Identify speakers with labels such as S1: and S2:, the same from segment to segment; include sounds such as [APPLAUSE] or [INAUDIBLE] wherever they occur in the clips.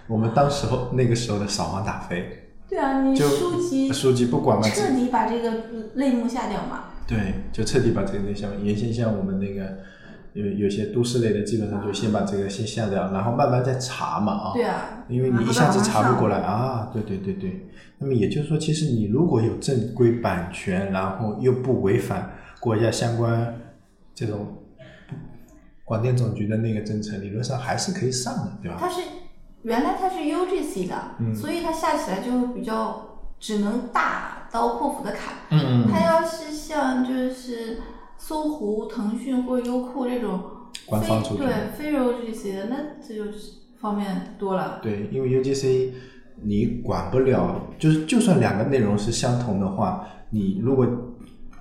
S1: 我们当时候那个时候的扫盲打非，
S2: 对啊，你
S1: 就
S2: 书籍
S1: 书籍不管嘛，
S2: 彻底把这个类目下掉嘛。
S1: 对，就彻底把这个东西下。原先像我们那个有有些都市类的，基本上就先把这个先下掉，然后慢慢再查嘛啊。
S2: 对啊，
S1: 因为你一下子查不过来啊，对对对对。那么也就是说，其实你如果有正规版权，然后又不违反国家相关这种广电总局的那个政策，理论上还是可以上的，对吧？
S2: 它是原来它是 UGC 的，
S1: 嗯
S2: 所以它下起来就会比较只能大刀阔斧的砍。
S1: 嗯
S2: 它要是像就是搜狐、腾讯或者优酷这种
S1: 官方出
S2: 非
S1: 品
S2: 对非 UGC 的，那这就是方面多了。
S1: 对，因为 UGC 你管不了，就是就算两个内容是相同的话，你如果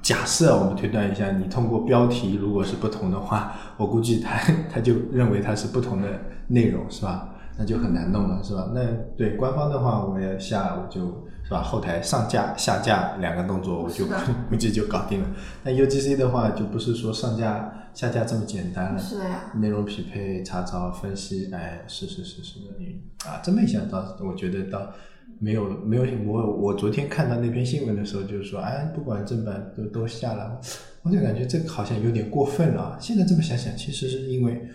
S1: 假设我们推断一下，你通过标题如果是不同的话，我估计他他就认为它是不同的内容，是吧？那就很难弄了，是吧？那对官方的话，我也下我就是吧，后台上架下架两个动作，我就是
S2: 的
S1: [LAUGHS] 估计就搞定了。那 UGC 的话，就不是说上架下架这么简单了，
S2: 是的呀，
S1: 内容匹配、查找、分析，哎，是是是是的，嗯啊，真没想到，我觉得到没有没有我我昨天看到那篇新闻的时候，就是说，哎，不管正版都都下了，我就感觉这个好像有点过分了啊。现在这么想想，其实是因为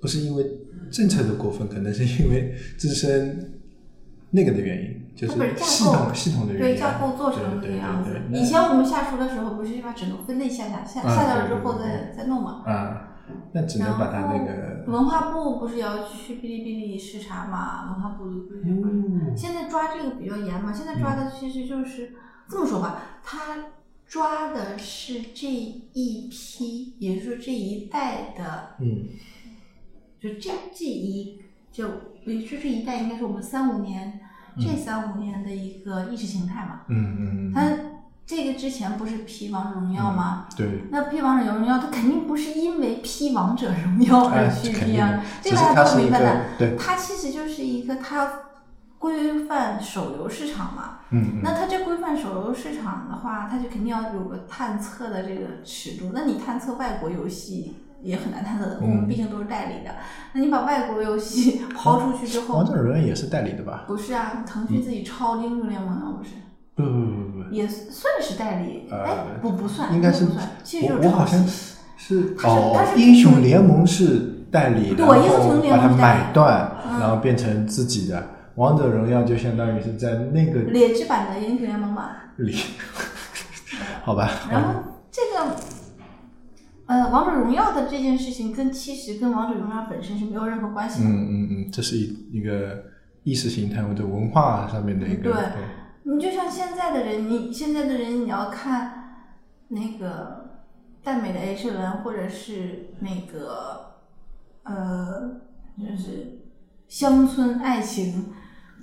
S1: 不是因为政策的过分，可能是因为自身那个的原因，就是
S2: 它本身架构
S1: 系统系统的原因啊、
S2: 对架构做成
S1: 对
S2: 这个
S1: 对
S2: 样
S1: 对
S2: 子。
S1: 对
S2: 以前我们下书的时候，不是把整个分类下下下下掉了之后
S1: 啊对对
S2: 再再弄嘛？
S1: 啊，那只能把它那个
S2: 文化部不是要去哔哩哔哩视察嘛？文化部不是
S1: 嗯
S2: 现在抓这个比较严嘛？现在抓的其实就是、这么说吧，他抓的是这一批，也就是说这一代的，
S1: 嗯
S2: 就这这一就也就这一代应该是我们三五年、这三五年的一个意识形态嘛。
S1: 嗯嗯嗯，
S2: 他这个之前不是批王者荣耀吗？
S1: 嗯对。
S2: 那批王者荣耀，它肯定不是因为批王者荣耀而
S1: 哎
S2: 去
S1: 肯
S2: 批
S1: 定
S2: 啊，这
S1: 只
S2: 个
S1: 是
S2: 大
S1: 它
S2: 家都
S1: 是一
S2: 明白
S1: 个
S2: 的。
S1: 对
S2: 它其实就是一个它规范手游市场嘛。
S1: 嗯
S2: 那
S1: 嗯，
S2: 它这规范手游市场的话，它就肯定要有个探测的这个尺度。那你探测外国游戏也很难探测，我
S1: 嗯
S2: 们毕竟都是代理的。那你把外国游戏抛出去之后，
S1: 王者荣耀也是代理的吧？
S2: 不是啊，腾讯自己抄英雄联盟啊，不是，
S1: 不不不不不，
S2: 也算是代理，哎、
S1: 呃
S2: 不不算，
S1: 应该是
S2: 不算，其实就
S1: 我我
S2: 是抄
S1: 好
S2: 袭
S1: 像。是
S2: 它是它
S1: 哦，
S2: 是
S1: 英雄联盟是代理，
S2: 对
S1: 然后
S2: 英雄联
S1: 把它
S2: 盟是代理
S1: 买断，
S2: 嗯
S1: 然后变成自己的。王者荣耀就相当于是在那个
S2: 劣质版的英雄联盟吧。
S1: 里， [LAUGHS] 好吧？
S2: 然后这个，呃，王者荣耀的这件事情跟其实跟王者荣耀本身是没有任何关系的。
S1: 嗯嗯嗯，这是一一个意识形态或者文化上面的一个
S2: 对你就像现在的人，你现在的人你要看那个耽美的 H 人，或者是那个呃，就是乡村爱情、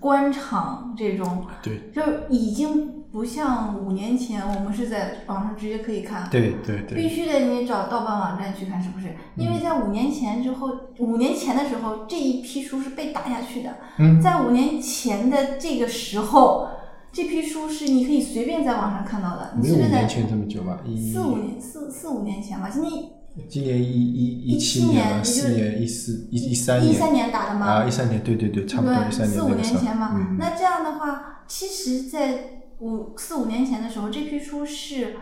S2: 官场这种，
S1: 对
S2: 就是已经不像五年前我们是在网上直接可以看，
S1: 对对对嗯
S2: 必
S1: 对，
S2: 须得你找盗版网站去看，是不是？因为在五年前之后，五年前的时候，这一批书是被打下去的。
S1: 嗯
S2: 在五年前的这个时候，这批书是你可以随便在网上看到的，你
S1: 没有
S2: 随
S1: 五
S2: 便在
S1: 年前这么久吧？一
S2: 四五年四四五年前吧，今年
S1: 今年一一一七
S2: 17
S1: 了，
S2: 年
S1: 四
S2: 就是
S1: 年一四一一三
S2: 一
S1: 年，
S2: 三年打的嘛，
S1: 啊一三年，对对对，差不多
S2: 对，
S1: 一三年
S2: 四
S1: 那
S2: 五
S1: 个
S2: 年
S1: 时候
S2: 前嘛。
S1: 嗯
S2: 那这样的话，其实，在五四五年前的时候，这批书是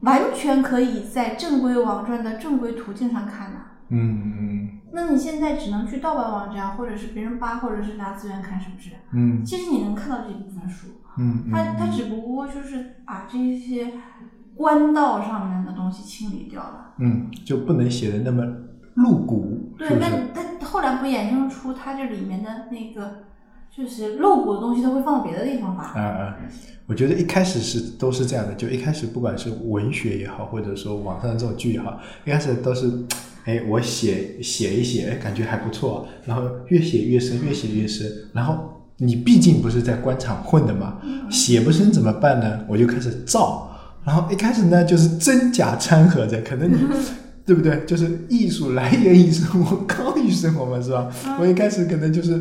S2: 完全可以在正规网站的正规途径上看的。
S1: 嗯
S2: 那你现在只能去盗版网站，啊或者是别人扒，或者是拿资源看，是不是？
S1: 嗯嗯
S2: 其实你能看到这一部分书，
S1: 嗯，
S2: 它
S1: 嗯
S2: 它只不过就是把这些官道上面的东西清理掉了。
S1: 嗯就不能写的那么露骨，是
S2: 对，
S1: 不
S2: 那
S1: 是？
S2: 它后来不衍生出它这里面的那个就是露骨的东西，它会放到别的地方吧？
S1: 啊啊！我觉得一开始是都是这样的，就一开始不管是文学也好，或者说网上这种剧也好，一开始都是，哎，我写写一写，哎感觉还不错，然后越写越深，越写越深，然后你毕竟不是在官场混的嘛，写不深怎么办呢？我就开始造，然后一开始呢就是真假掺和着，可能你。对不对？就是艺术来源于生活，高于生活嘛，是吧？
S2: 嗯
S1: 我一开始可能就是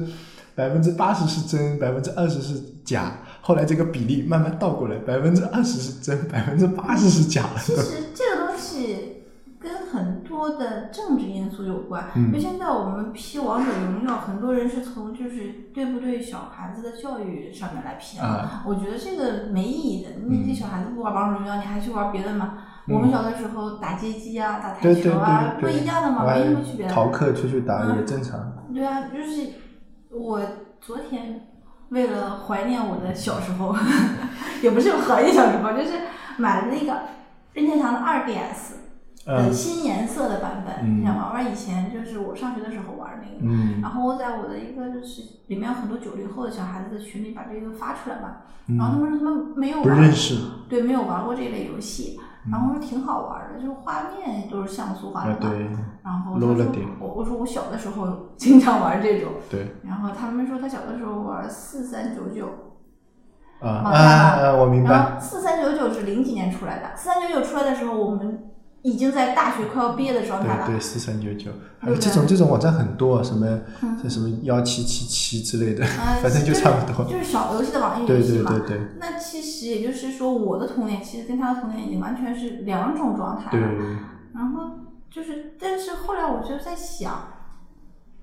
S1: 百分之八十是真，百分之二十是假，后来这个比例慢慢倒过来，百分之二十是真，百分之八十是假
S2: 其实这个东西跟很多的政治因素有关。
S1: 嗯
S2: 就现在我们批《王者荣耀》，很多人是从就是对不对小孩子的教育上面来批的。
S1: 啊。
S2: 我觉得这个没意义的。你这小孩子不玩王者荣耀，你还去玩别的吗？
S1: 嗯
S2: 我们小的时候打街机啊，打台
S1: 对对
S2: 球啊，
S1: 对
S2: 不
S1: 对，
S2: 一样的
S1: 我
S2: 嘛，
S1: 还
S2: 没什么区别的。
S1: 逃课出去打
S2: 嗯
S1: 也正常。
S2: 对啊，就是我昨天为了怀念我的小时候， [LAUGHS] 也不是怀念小时候，就是买了那个任天堂的二 DS 的
S1: 嗯
S2: 新颜色的版本，
S1: 嗯
S2: 想玩玩以前就是我上学的时候玩那个。
S1: 嗯
S2: 然后我在我的一个就是里面有很多九零后的小孩子的群里把这个发出来嘛，然后他
S1: 嗯，
S2: 们说他们没有玩
S1: 不
S2: 过
S1: 认识，嗯
S2: 对，没有玩过这类游戏，然后我说挺好玩的，就是画面都是像素画
S1: 啊
S2: 的嘛。
S1: 对
S2: 然后他
S1: ，low 了
S2: 说
S1: 点
S2: 我我说我小的时候 [LAUGHS] 经常玩这种，
S1: 对
S2: 然后他们说他小的时候玩四三九九，
S1: 啊
S2: 网
S1: 啊
S2: 吧
S1: 啊！我明白
S2: 然后四三九九是零几年出来的，四三九九出来的时候我们已经在大学快要毕业的状态
S1: 对
S2: 了。嗯
S1: 对，四三九九，还
S2: 对
S1: 有
S2: 不
S1: 这
S2: 对
S1: 种这种网站很多，啊什么
S2: 嗯
S1: 像什么幺七七七之类的，
S2: 呃
S1: 反正就差不多。
S2: 就是小游戏的网页游
S1: 对
S2: 戏
S1: 对
S2: 嘛。
S1: 对对
S2: 那其实也就是说，我的童年其实跟他的童年已经完全是两种状态了。
S1: 对，
S2: 然后就是，但是后来我就在想，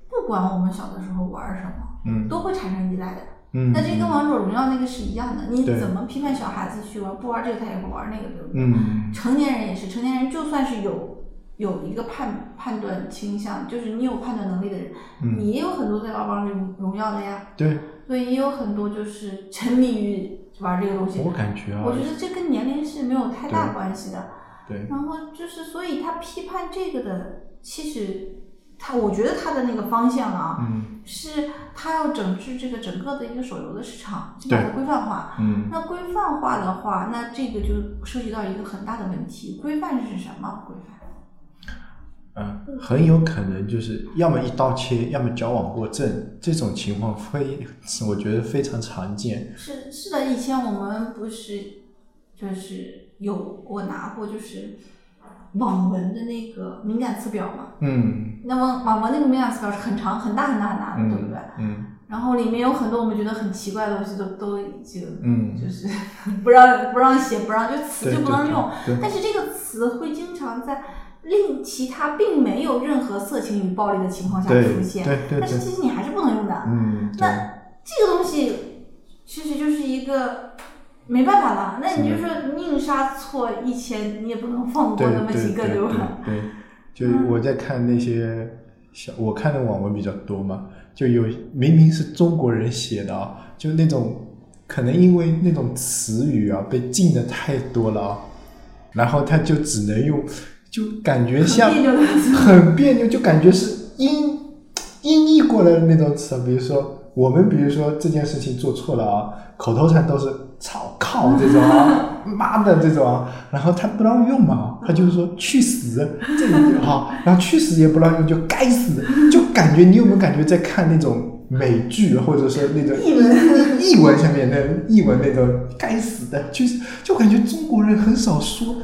S2: 不管我们小的时候玩什么，
S1: 嗯
S2: 都会产生依赖的。
S1: 嗯，
S2: 那这跟王者荣耀那个是一样的，你
S1: 对
S2: 怎么批判小孩子去玩，不玩这个他也会玩那个，对不对？
S1: 嗯
S2: 成年人也是，成年人就算是有有一个判判断倾向，就是你有判断能力的人，
S1: 嗯
S2: 你也有很多在玩王者荣耀的呀，
S1: 对，
S2: 所以也有很多就是沉迷于玩这个东西。
S1: 我感觉啊
S2: 我，觉得这跟年龄是没有太大关系的。
S1: 对
S2: 然后就是，所以他批判这个的，其实他我觉得他的那个方向啊，
S1: 嗯
S2: 是他要整治这个整个的一个手游的市场，就把它
S1: 对
S2: 规范化。
S1: 嗯
S2: 那规范化的话，那这个就涉及到一个很大的问题：规范是什么？规范？
S1: 嗯，很有可能就是要么一刀切，要么矫枉过正，这种情况非我觉得非常常见。
S2: 是是的，以前我们不是就是有我拿过就是网文的那个敏感词表嘛？
S1: 嗯
S2: 啊那网网文那个敏感词表是很长、很大、很大、很大的，对不
S1: 嗯
S2: 对？
S1: 嗯
S2: 然后里面有很多我们觉得很奇怪的东西都都已经
S1: 嗯，
S2: 就是 [LAUGHS] 不让不让写，不让就词
S1: 对
S2: 就不能用。，
S1: 对对
S2: 但是这个词会经常在令其他并没有任何色情与暴力的情况下
S1: 对
S2: 出现，
S1: 对对
S2: 但是
S1: 对，
S2: 其实你还是不能用的。
S1: 嗯，对，
S2: 这个东西其实就是一个没办法了，那你就说宁杀错一千，你也不能放过
S1: 对
S2: 那么
S1: 对
S2: 几个，
S1: 对
S2: 对吧？ [LAUGHS]
S1: 对，就我在看那些小，我看的网文比较多嘛，就有明明是中国人写的啊，就那种可能因为那种词语啊被禁的太多了啊，然后他就只能用，就感觉像
S2: 很别扭的词
S1: [LAUGHS] 很别扭，就感觉是音音译过来的那种词啊，比如说。我们比如说这件事情做错了啊，口头禅都是“操”“靠”这种啊，“ [LAUGHS] 妈的”这种啊，然后他不让用嘛，他就是说“去死”这一句哈，然后“去死”也不让用，就“该死”，就感觉你有没有感觉在看那种美剧，或者说那种
S2: 译文
S1: 译文下面的译文那种“该死的”，就是就感觉中国人很少说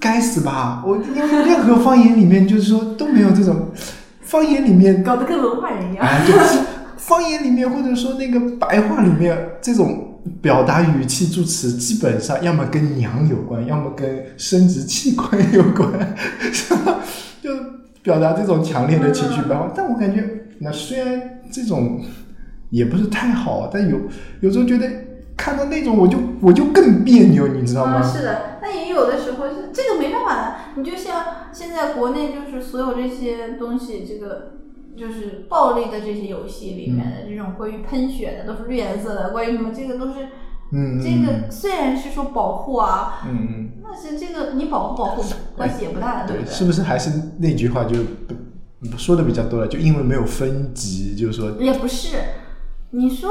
S1: 该死吧！我因为任何方言里面就是说都没有这种方言里面，
S2: 搞得跟文化人一样。
S1: 哎，就是方言里面或者说那个白话里面这种表达语气助词，基本上要么跟娘有关，要么跟生殖器官有关， [LAUGHS] 就表达这种强烈的情绪表达。但我感觉，那虽然这种也不是太好，但有有时候觉得看到那种我就我就更别扭，你知道吗？
S2: 嗯，是的，那也有的时候是这个没办法的。你就像现在国内就是所有这些东西，这个就是暴力的这些游戏里面
S1: 嗯
S2: 的这种关于喷血的都是绿颜色的，关于什么这个都是，
S1: 嗯，
S2: 这个虽然是说保护啊，
S1: 嗯嗯嗯。
S2: 但是这个你保护保护关系也不大的，对
S1: 对，
S2: 不对？
S1: 是不是还是那句话就不不说的比较多了？就因为没有分级，就是说，
S2: 也不是，你说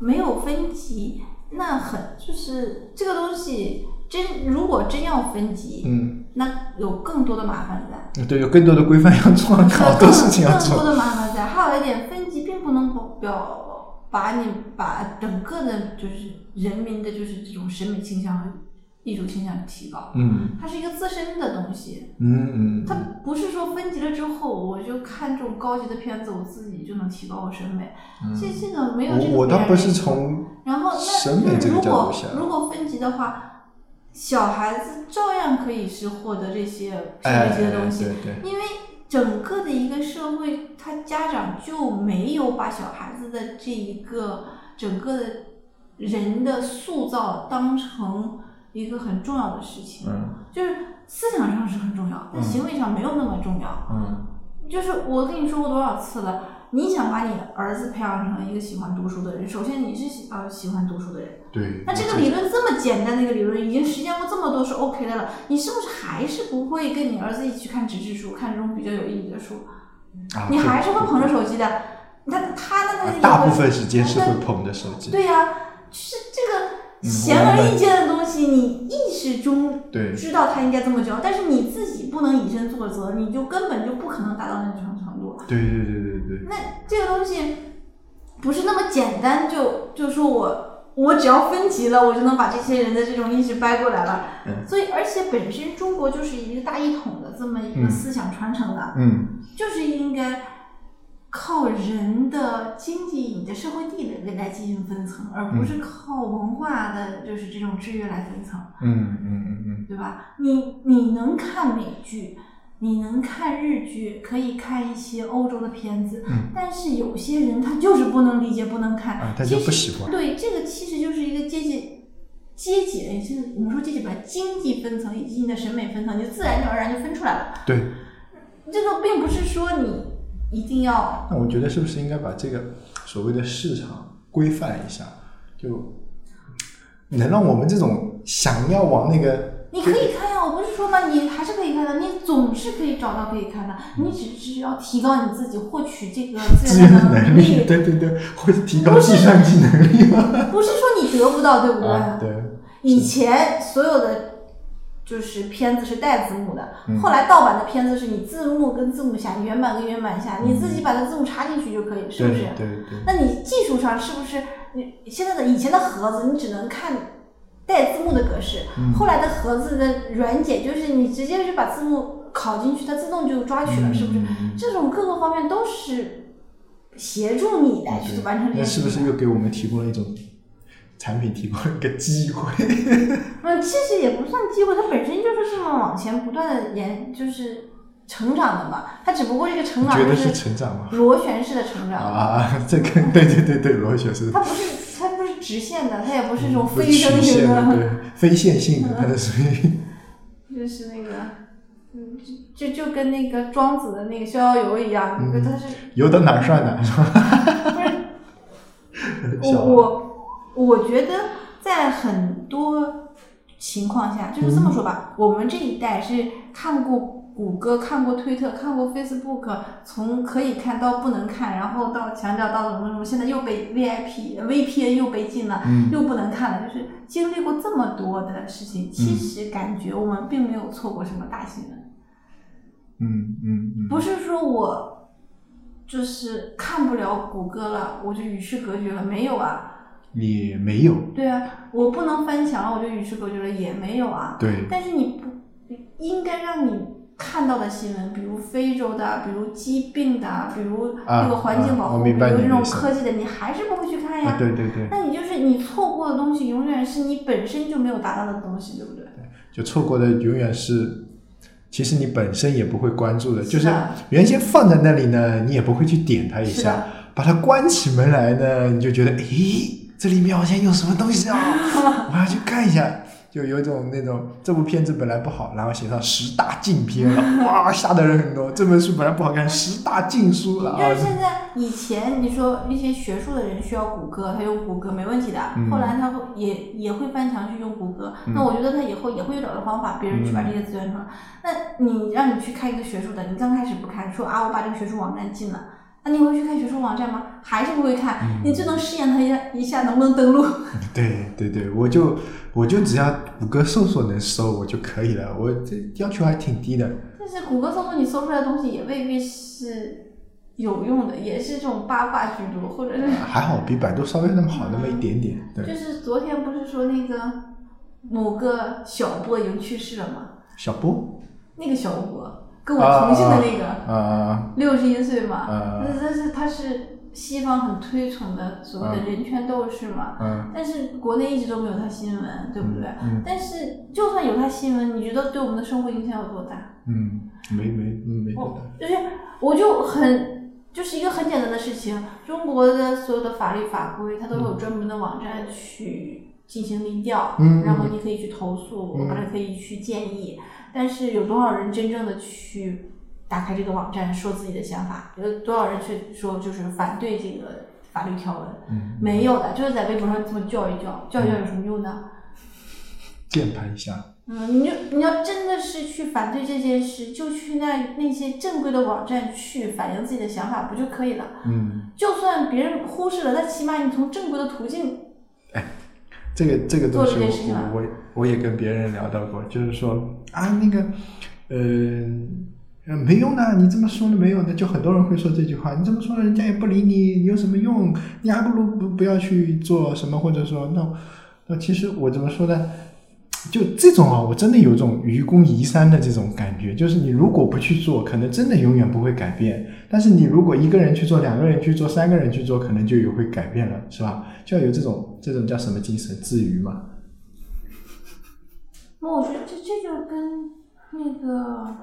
S2: 没有分级，那很就是这个东西真如果真要分级，
S1: 嗯，
S2: 那有更多的麻烦在。
S1: 对，有更多的规范要做，好多事情要
S2: 更多 [LAUGHS]
S1: 做。
S2: 的麻烦在。还有一点，分级并不能表表把你把整个的，就是人民的，就是这种审美倾向、和艺术倾向提高。
S1: 嗯
S2: 它是一个自身的东西，
S1: 嗯嗯
S2: 它不是说分级了之后，我就看这种高级的片子，我自己就能提高我审美。这
S1: 嗯，
S2: 这个没有这个
S1: 我我倒
S2: 必然
S1: 不是
S2: 原因
S1: 从
S2: 然后
S1: 审美
S2: 那
S1: 这
S2: 如
S1: 个角度
S2: 果
S1: 想，
S2: 如果分级的话，小孩子照样可以是获得这些
S1: 哎，
S2: 审美这些东西，
S1: 对对，
S2: 因为整个的一个社会，他家长就没有把小孩子的这一个整个的人的塑造当成一个很重要的事情，
S1: 嗯
S2: 就是思想上是很重要，
S1: 嗯
S2: 但行为上没有那么重要。
S1: 嗯
S2: 就是我跟你说过多少次了，你想把你儿子培养成一个喜欢读书的人，首先你是喜呃喜欢读书的人，
S1: 对。
S2: 那这个理论这么简单的一个理论，已经实践过这么多是 OK 的了，你是不是还是不会跟你儿子一起去看纸质书，看这种比较有意义的书？
S1: 啊
S2: 你还是会捧着
S1: 对
S2: 手机的。那他那他也
S1: 啊
S2: 会
S1: 大部分时间是会捧着手机。
S2: 对呀、就是这个
S1: 嗯
S2: 显
S1: 我
S2: 而
S1: 明白
S2: 易见的东西，你意识中
S1: 对
S2: 知道他应该这么教，但是你自己不能以身作则，你就根本就不可能达到那种程度。
S1: 对对对对对
S2: 那这个东西不是那么简单，就就说我我只要分级了，我就能把这些人的这种意识掰过来了。
S1: 嗯
S2: 所以，而且本身中国就是一个大一统的这么一个
S1: 嗯
S2: 思想传承的，
S1: 嗯
S2: 就是应该靠人的经济、你的社会地位来进行分层，而
S1: 嗯
S2: 不是靠文化的就是这种制约来分层。
S1: 嗯嗯嗯
S2: 对吧？你你能看美剧，你能看日剧，可以看一些欧洲的片子，
S1: 嗯
S2: 但是有些人他就是不能理解，不能看，
S1: 啊他
S2: 其
S1: 就
S2: 实
S1: 不喜欢
S2: 对，这个其实就是一个阶级。阶级，也就是我们说阶级吧，经济分层以及你的审美分层，就自然而然就分出来了。
S1: 嗯，对。
S2: 这个并不是说你一定要
S1: 那我觉得是不是应该把这个所谓的市场规范一下，就能让我们这种想要往那个
S2: 你可以看啊呀，我不是说嘛，你还是可以看的，你总是可以找到可以看的，你只是要提高你自己获取这个
S1: 资
S2: 资
S1: 源
S2: 源
S1: 的
S2: 的
S1: 能
S2: 能
S1: 力，
S2: [LAUGHS] 力，
S1: 对对对，会提高计算机能力吗？
S2: [LAUGHS] 不是说你得不到，对不对？
S1: 啊，对，
S2: 以前所有的就是片子是带字幕的，
S1: 嗯
S2: 后来盗版的片子是你字幕跟字幕下，原版跟原版下，你自己把它字幕插进去就可以，是不是
S1: 嗯对？对对，
S2: 那你技术上是不是你现在的以前的盒子你只能看带字幕的格式，
S1: 嗯
S2: 后来的盒子的软件就是你直接就把字幕拷进去，它自动就抓取了，是不是？
S1: 嗯
S2: 这种各个方面都是协助你来去完成这
S1: 那
S2: 件
S1: 是
S2: 事
S1: 不
S2: 情
S1: 是
S2: 的。
S1: 又给我们提供了一种产品提供了一个机会？
S2: [LAUGHS] 嗯，其实也不算机会，它本身就是这么往前不断的延，就是成长的嘛。它只不过这个成
S1: 你
S2: 长
S1: 觉
S2: 就
S1: 得是成长
S2: [LAUGHS]
S1: 吗？
S2: 螺旋式的成长，
S1: 啊，这跟对对对对，螺旋是
S2: 它不是它不是直线的，它也不是这种
S1: 嗯不是
S2: 飞升
S1: 曲
S2: 型
S1: 线的，
S2: 的，
S1: 对，非线性的，它是属于
S2: 就是那个，嗯，就就就跟那个庄子的那个逍遥游一样，
S1: 嗯
S2: 它是
S1: 游到哪儿算哪儿， [LAUGHS] 是吧？
S2: 我我我觉得在很多情况下，就是这么说吧，我们这一代是看过谷歌、看过推特、看过 Facebook，从可以看到不能看，然后到墙角到什么什么，现在又被 VIP、VPN 又被禁了，
S1: 嗯
S2: 又不能看了，就是经历过这么多的事情，其实感觉我们并没有错过什么大新闻。
S1: 嗯嗯嗯，
S2: 不是说我就是看不了谷歌了，我就与世隔绝了，没有啊。
S1: 你没有
S2: 对啊，我不能翻墙了，我就与世隔绝了，也没有啊。
S1: 对，
S2: 但是你不应该让你看到的新闻，比如非洲的啊，比如疾病的啊，比如
S1: 啊
S2: 这个环境保
S1: 啊
S2: 护，
S1: 我
S2: 比
S1: 明
S2: 如
S1: 白你
S2: 这
S1: 的
S2: 种
S1: 意思
S2: 科技的，你还是不会去看呀。
S1: 啊对对对，
S2: 那你就是你错过的东西，永远是你本身就没有达到的东西，对不对？
S1: 就错过的永远是，其实你本身也不会关注的，就是
S2: 是的
S1: 原先放在那里呢，你也不会去点它一
S2: 是的
S1: 下，把它关起门来呢，你就觉得，诶，这里面好像有什么东西啊，我要去看一下。就有一种那种这部片子本来不好，然后写上十大禁片了，哇，吓得人很多。这本书本来不好看，十大禁书了
S2: 但
S1: 啊
S2: 是！现在以前你说一些学术的人需要谷歌，他用谷歌没问题的。
S1: 嗯
S2: 后来他会也也会翻墙去用谷歌，那我觉得他以后也会找到方法，别人去把这些资源出来。
S1: 嗯
S2: 那你让你去看一个学术的，你刚开始不看，说啊我把这个学术网站禁了，那你会去看学术网站吗？还是不会看？
S1: 嗯
S2: 你最能试验它一下一下能不能登录。 [LAUGHS]
S1: 对对对，我就我就只要谷歌搜索能搜我就可以了，我这要求还挺低的。
S2: 但是谷歌搜索你搜出来的东西也未必是有用的，也是这种八卦居多，或者是。
S1: 还好比百度稍微那么好那么一点点，
S2: 就
S1: 对，
S2: 是昨天不是说那个某个小波已经去世了吗？
S1: 小波
S2: 那个小波跟我同姓的那个，
S1: 啊、
S2: 六十一岁嘛，
S1: 啊
S2: 那但是他是西方很推崇的所谓的人权斗士嘛，
S1: 嗯，
S2: 但是国内一直都没有他新闻，对不对？
S1: 嗯
S2: 但是就算有他新闻，你觉得对我们的生活影响有多大？
S1: 嗯，没没嗯没多大，
S2: 就是我就很。就是一个很简单的事情，中国的所有的法律法规，它都有专门的网站去进行民调，
S1: 嗯
S2: 然后你可以去投诉，
S1: 嗯
S2: 或者可以去建议，但是有多少人真正的去打开这个网站说自己的想法？有多少人去说就是反对这个法律条文？
S1: 嗯，
S2: 没有的，就是在微博上这么叫一叫，叫一叫有什么用呢？
S1: 键盘侠，
S2: 嗯，你就你要真的是去反对这件事，就去那那些正规的网站去反映自己的想法不就可以了？
S1: 嗯，
S2: 就算别人忽视了，但起码你从正规的途径，
S1: 这个这个东西
S2: 做这件事情啊
S1: 我我我我也跟别人聊到过，就是说啊那个呃没用的，你这么说了没用的，就很多人会说这句话，你这么说了人家也不理你，你有什么用？你还不如不不要去做什么，或者说那那其实我怎么说呢？就这种啊，我真的有种愚公移山的这种感觉，就是你如果不去做，可能真的永远不会改变。但是你如果一个人去做，两个人去做，三个人去做，可能就有会改变了，是吧？就要有这种这种叫什么精神，自娱嘛。
S2: 那我觉得这这就跟那个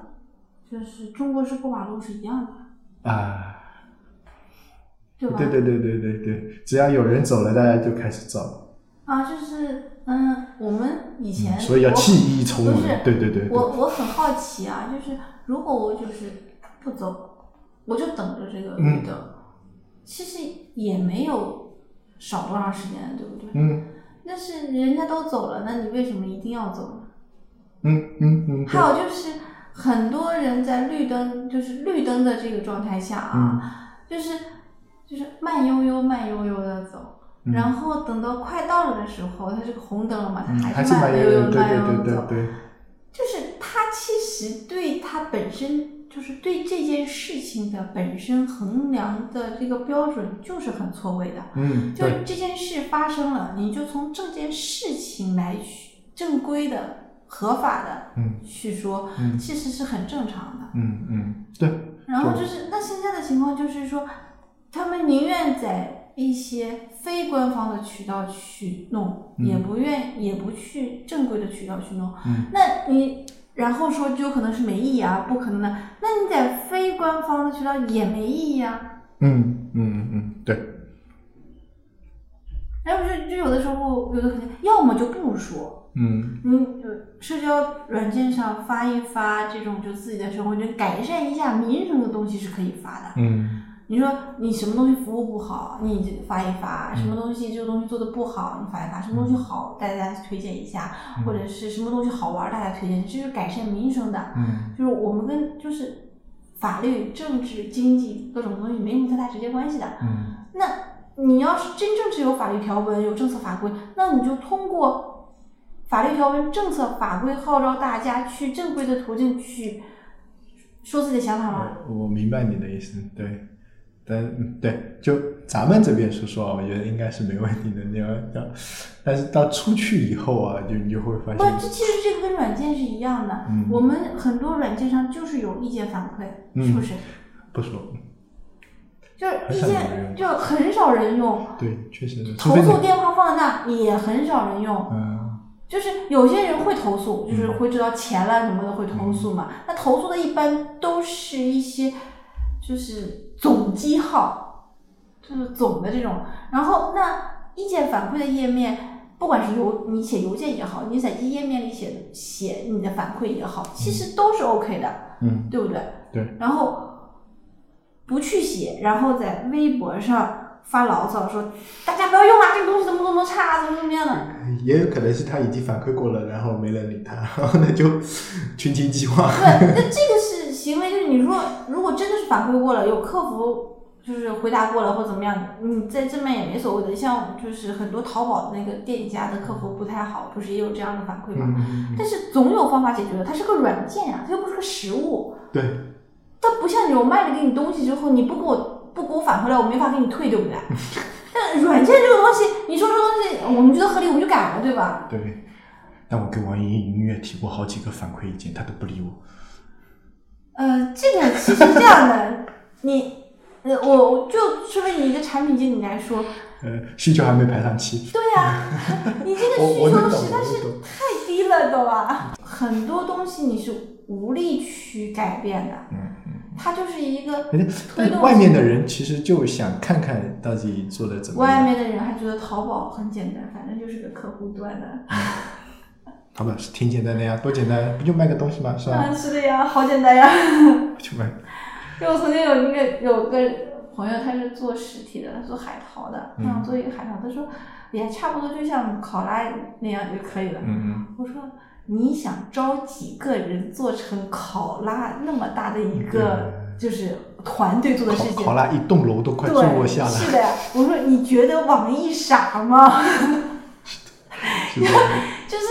S2: 就是中国式过马路是一样的，
S1: 啊，
S2: 对吧？
S1: 对对对对对对，只要有人走了，大家就开始造，
S2: 啊，就是嗯，我们以前、
S1: 嗯所以要
S2: 我
S1: 弃医从文
S2: 不是。
S1: 对对对对
S2: 我，我很好奇啊，就是如果我就是不走，我就等着这个绿
S1: 嗯
S2: 灯，其实也没有少多长时间，对不对？
S1: 嗯
S2: 但是人家都走了，那你为什么一定要走呢？
S1: 嗯嗯嗯，
S2: 还有就是，很多人在绿灯，就是绿灯的这个状态下
S1: 嗯
S2: 啊，就是就是慢悠悠、慢悠悠的走，
S1: 嗯
S2: 然后等到快到了的时候，它这个红灯了嘛，它
S1: 嗯还
S2: 是
S1: 是蛮
S2: 慢
S1: 有
S2: 悠悠、
S1: 用，对
S2: 慢
S1: 对
S2: 悠悠
S1: 对
S2: 地
S1: 对
S2: 走。
S1: 对，
S2: 就是他其实对他本身，就是对这件事情的本身衡量的这个标准，就是很错位的。
S1: 嗯
S2: 就
S1: 对
S2: 是这件事发生了，你就从这件事情来去正规的、合法的
S1: 嗯
S2: 去说，
S1: 嗯
S2: 其实是很正常的。
S1: 嗯嗯对，
S2: 然后
S1: 对
S2: 就是那现在的情况就是说，他们宁愿在一些非官方的渠道去弄，
S1: 嗯
S2: 也不愿也不去正规的渠道去弄。
S1: 嗯
S2: 那你然后说就可能是没意义啊，不可能的。那你在非官方的渠道也没意义啊。
S1: 嗯嗯嗯，对，
S2: 然后就就有的时候，有的肯定，要么就不说，
S1: 嗯
S2: 你呃社交软件上发一发这种就自己的生活，就改善一下民生的东西是可以发的。
S1: 嗯
S2: 你说你什么东西服务不好，你就发一
S1: 嗯
S2: 发；什么东西这个东西做的不好，你发一发；什么东西好，大家推荐一下，
S1: 嗯
S2: 或者是什么东西好玩，大家推荐，这是改善民生的。
S1: 嗯
S2: 就是我们跟就是法律、政治、经济各种东西没什么太大直接关系的。
S1: 嗯
S2: 那你要是真正是有法律条文、有政策法规，那你就通过法律条文、政策法规号召大家去正规的途径去说自己的想法嘛。
S1: 我我明白你的意思，对，但嗯对，就咱们这边说说啊，我觉得应该是没问题的。你要要，但是到出去以后啊，就你就会发
S2: 不，这
S1: 现，
S2: 其实这个跟软件是一样的。
S1: 嗯
S2: 我们很多软件上就是有意见反馈，
S1: 嗯
S2: 是不是？
S1: 不说，
S2: 就是
S1: 很
S2: 意
S1: 少有人用
S2: 见就很少人用，
S1: 对，确实是，除
S2: 投
S1: 非
S2: 诉
S1: 你，
S2: 电话放在那也很少人用。
S1: 嗯
S2: 就是有些人会投诉，就是
S1: 嗯
S2: 会知道钱了什么的会投诉嘛。那投诉的一般都是一些就是总机号，就是总的这种。然后那意见反馈的页面。不管是邮你写邮件也好，你在页面里写写你的反馈也好，其实都是 OK 的。
S1: 嗯，
S2: 对不对？
S1: 对。
S2: 然后不去写，然后在微博上发牢骚说大家不要用啊，这个东西怎么怎么差，啊怎么怎么样的。
S1: 嗯也有可能是他已经反馈过了，然后没人理他， [LAUGHS] 然后那就群情激化。
S2: 对，那这个是行为，就是你如果如果真的是反馈过了，有客服就是回答过了或怎么样，你在这面也没所谓的。像就是很多淘宝那个店家的客服不太好，不是也有这样的反馈吗？
S1: 嗯，
S2: 但是总有方法解决的，它是个软件呀、它又不是个实物。
S1: 对，
S2: 它不像你我卖了给你东西之后，你不给我不给我返回来，我没法给你退，对
S1: [LAUGHS]
S2: 不对？但软件这个东西，你说这个东西我们觉得合理，我们就改了，对吧？
S1: 对，但我给网易云音乐提过好几个反馈意见，他都不理我。
S2: 呃，这个其实是这样的， [LAUGHS] 你呃，我我就说为你一个产品经理来说，
S1: 呃，需求还没排上期。
S2: 对呀、
S1: [LAUGHS]
S2: 你这个
S1: 我
S2: 需
S1: 我能
S2: 求
S1: 懂
S2: 实在
S1: 我
S2: 是
S1: 能懂
S2: 太低了，懂吧？很多东西你是无力去改变的，
S1: 嗯
S2: 它就是一个
S1: 嗯，
S2: 推
S1: 但
S2: 动
S1: 外
S2: 性
S1: 面的人其实就想看看到底做的怎么
S2: 外
S1: 样。
S2: 面的人还觉得淘宝很简单，反正就是个客户
S1: [LAUGHS]
S2: 端的。
S1: 好吧，是挺简单的呀，多简单，不就卖个东西嘛，是吧？
S2: 嗯，是的呀，好简单呀。 [LAUGHS]
S1: 就卖。
S2: 就我曾经有一个有个朋友，他是做实体的，他做海淘的，
S1: 嗯
S2: 然后做一个海淘，他说也差不多就像考拉那样就可以了。
S1: 嗯
S2: 我说你想招几个人做成考拉那么大的一个就是团队做
S1: 嗯，
S2: 的事
S1: 考
S2: 情
S1: 考？拉一栋楼都快坐不
S2: 对，
S1: 下了，
S2: 是的呀。我说你觉得网易傻吗？
S1: [LAUGHS] 是不是？
S2: 就是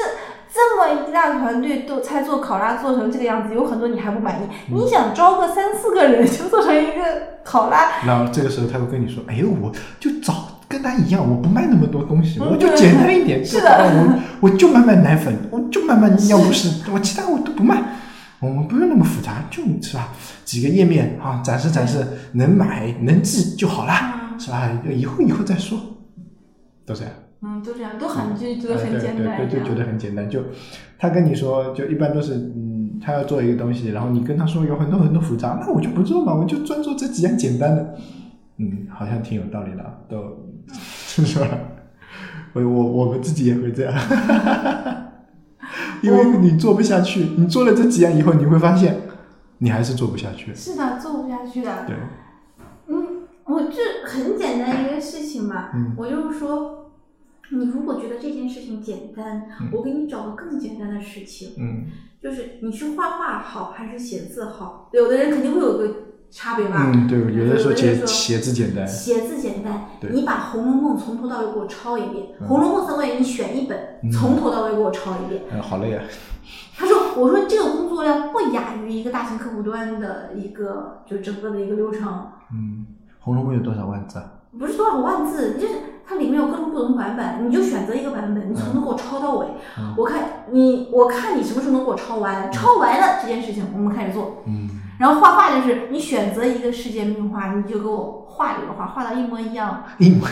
S2: 这么一大团队都才做考拉做成这个样子，有很多你还不满意。你想招个三四个人就做成一个考拉，
S1: 然后这个时候他会跟你说：“哎呦，我就找跟他一样，我不卖那么多东西，
S2: 嗯
S1: 我就简单一点。
S2: 是
S1: 就
S2: 的
S1: 我
S2: [LAUGHS]
S1: 我就卖卖奶粉，我就卖卖尿不湿，我其他我都不卖。我们不用那么复杂，就是吧，几个页面啊，展示展示，能买能记就好啦，
S2: 嗯
S1: 是吧？以后以后再说，都这样。”
S2: 嗯，都这样，都很就觉
S1: 哎对
S2: 得很简单，
S1: 对对，就觉得很简单。就他跟你说，就一般都是，嗯，他要做一个东西，然后你跟他说有很多很多复杂，那我就不做嘛，我就专做这几样简单的。嗯，好像挺有道理的啊，都 [LAUGHS] 是吧？我我我们自己也会这样， [LAUGHS] 因为你做不下去，你做了这几样以后，你会发现你还是做不下去。
S2: 是的，做不下去的。
S1: 对，
S2: 嗯，我这很简单一个事情嘛，
S1: 嗯
S2: 我就是说，你如果觉得这件事情简单，
S1: 嗯
S2: 我给你找个更简单的事情，
S1: 嗯
S2: 就是你是画画好还是写字好？有的人肯定会有个差别吧。
S1: 嗯，对，有的
S2: 人
S1: 时候写
S2: 啊说
S1: 写字简单，
S2: 写字简单，
S1: 对
S2: 你把《红楼梦》从头到尾给我抄一遍，
S1: 嗯
S2: 红楼梦》三国演义》你选一本，
S1: 嗯
S2: 从头到尾给我抄一遍。
S1: 嗯，好累啊，
S2: 他说：“我说这个工作量不亚于一个大型客户端的一个，就整个的一个流程，
S1: 嗯，《红楼梦》有多少万字啊？
S2: 不是多少万字，就是它里面有各种不同版本，你就选择一个版本，你从头给我抄到尾。
S1: 嗯
S2: 我看你，我看你什么时候能给我抄完，抄完了这件事情我们开始做。
S1: 嗯
S2: 然后画画就是你选择一个世界名画，你就给我画这个画，画到一模一样，
S1: 一模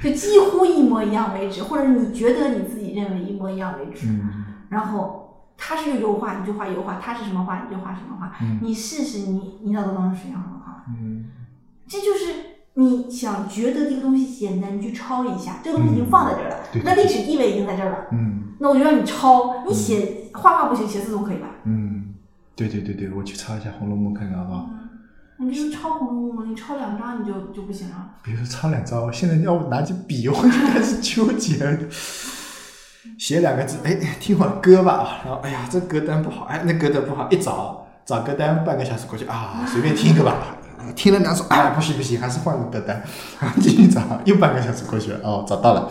S2: 就几乎一模一样为止，或者你觉得你自己认为一模一样为止。
S1: 嗯
S2: 然后他是油画，你就画油画；他是什么画，你就画什么画。
S1: 嗯
S2: 你试试你你脑子当中是什么画，
S1: 嗯
S2: 这就是你想觉得这个东西简单，你去抄一下，这个东西已经放在这儿了，
S1: 嗯对
S2: 那历史地位已经在这儿了。
S1: 嗯
S2: 那我就让你抄，你写画画不行，写字总可以吧？
S1: 嗯，对对对对，我去查一下《红楼梦》看看好不好？
S2: 你比如抄《红楼梦》，你抄两张你就就不行了。
S1: 比如说抄两招，我现在要我拿起笔，我就开始纠结了。写两个字，哎，听会儿歌吧。然后，哎呀，这歌单不好，哎，那歌单不好，一找找歌单，半个小时过去啊，随便听一个吧。听了两首，哎，不行不行，还是换个歌单。然后继续找，又半个小时过去了，哦，找到了。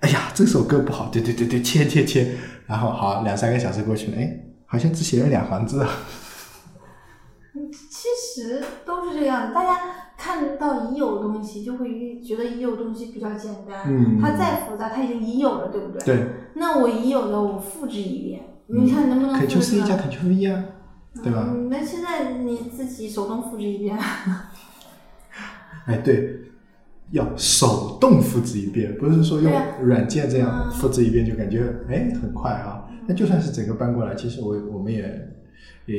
S1: 哎呀，这首歌不好，对对对对，切切切。然后好，两三个小时过去了，哎，好像只写了两行字啊。
S2: 其实都是这样，大家看到已有的东西，就会觉得已有的东西比较简单。
S1: 嗯
S2: 它再复杂，它已经已有了，对不对？。
S1: 对
S2: 那我已有的，我复制一遍，
S1: 嗯
S2: 你看能不能复
S1: ，Ctrl
S2: 制
S1: C 加
S2: 呢？
S1: Ctrl V 啊，对吧？
S2: 嗯，那现在你自己手动复制一遍，啊
S1: 哎，对，要手动复制一遍，不是说用
S2: 对啊
S1: 软件这样
S2: 嗯
S1: 复制一遍就感觉哎很快啊。那就算是整个搬过来，其实我我们也
S2: 你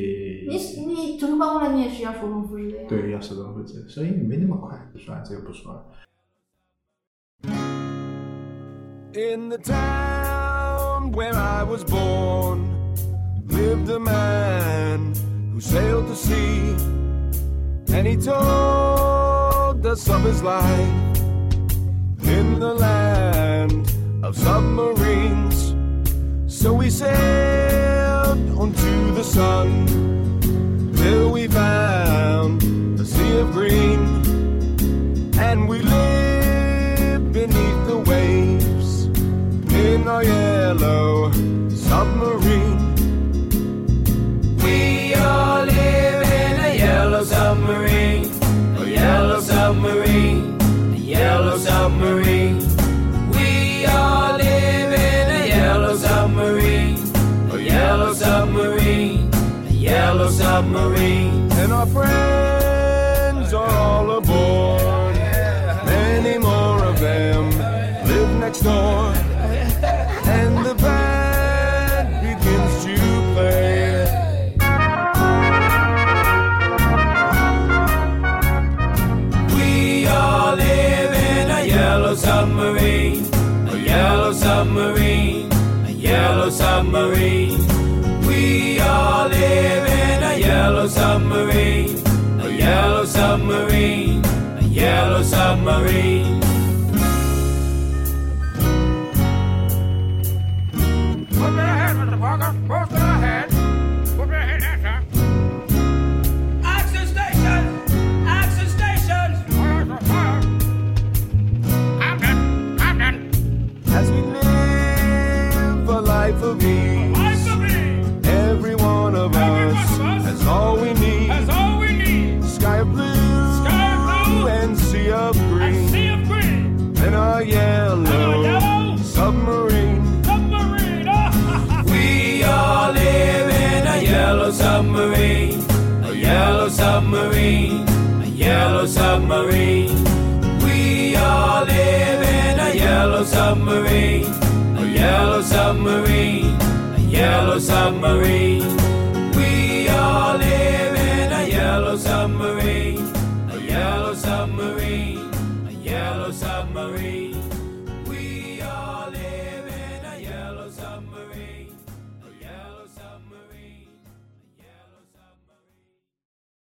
S1: 也
S2: 你整个搬过来，你也是要手动复制的呀。。
S1: 对要手动复制，所以没那么快。不说啊这个不说啊，
S3: In the town where I was born lived a man who sailed the sea and he told us of his life in the land of submarines. So we sailed onto the sun till we found the sea of green and we live beneath the waves in our yellow submarine. We all live in a yellow submarine, a yellow submarine, a yellow submarine. We all live in a yellow submarine, a yellow submarine, a yellow submarine. And our friends are all aboard. Many more of them live next door. And the band begins to play. We all live in a yellow submarine, a yellow submarine, a yellow submarine. We all live in a yellow submarine, a yellow submarine, a yellow submarine.
S4: Put me ahead, Mr. Parker. Both me ahead. Put me ahead, yes, sir.
S3: Action station! Action station!
S4: Fire, sir, fire. Captain, Captain,
S3: As we live a life of ease,
S4: life to me
S3: every one of
S4: Every
S3: us
S4: one of us
S3: has all we
S4: is
S3: need.
S4: all we need.
S3: Sky blue,
S4: Sky blue
S3: and sea of
S4: A
S3: green,
S4: sea of green,
S3: and a
S4: a
S3: yellow
S4: yellow
S3: submarine.
S4: submarine. Ah, ha, ha.
S3: We all live in a yellow submarine, a yellow submarine, a yellow submarine. We all live in a yellow submarine, a yellow submarine, a yellow submarine.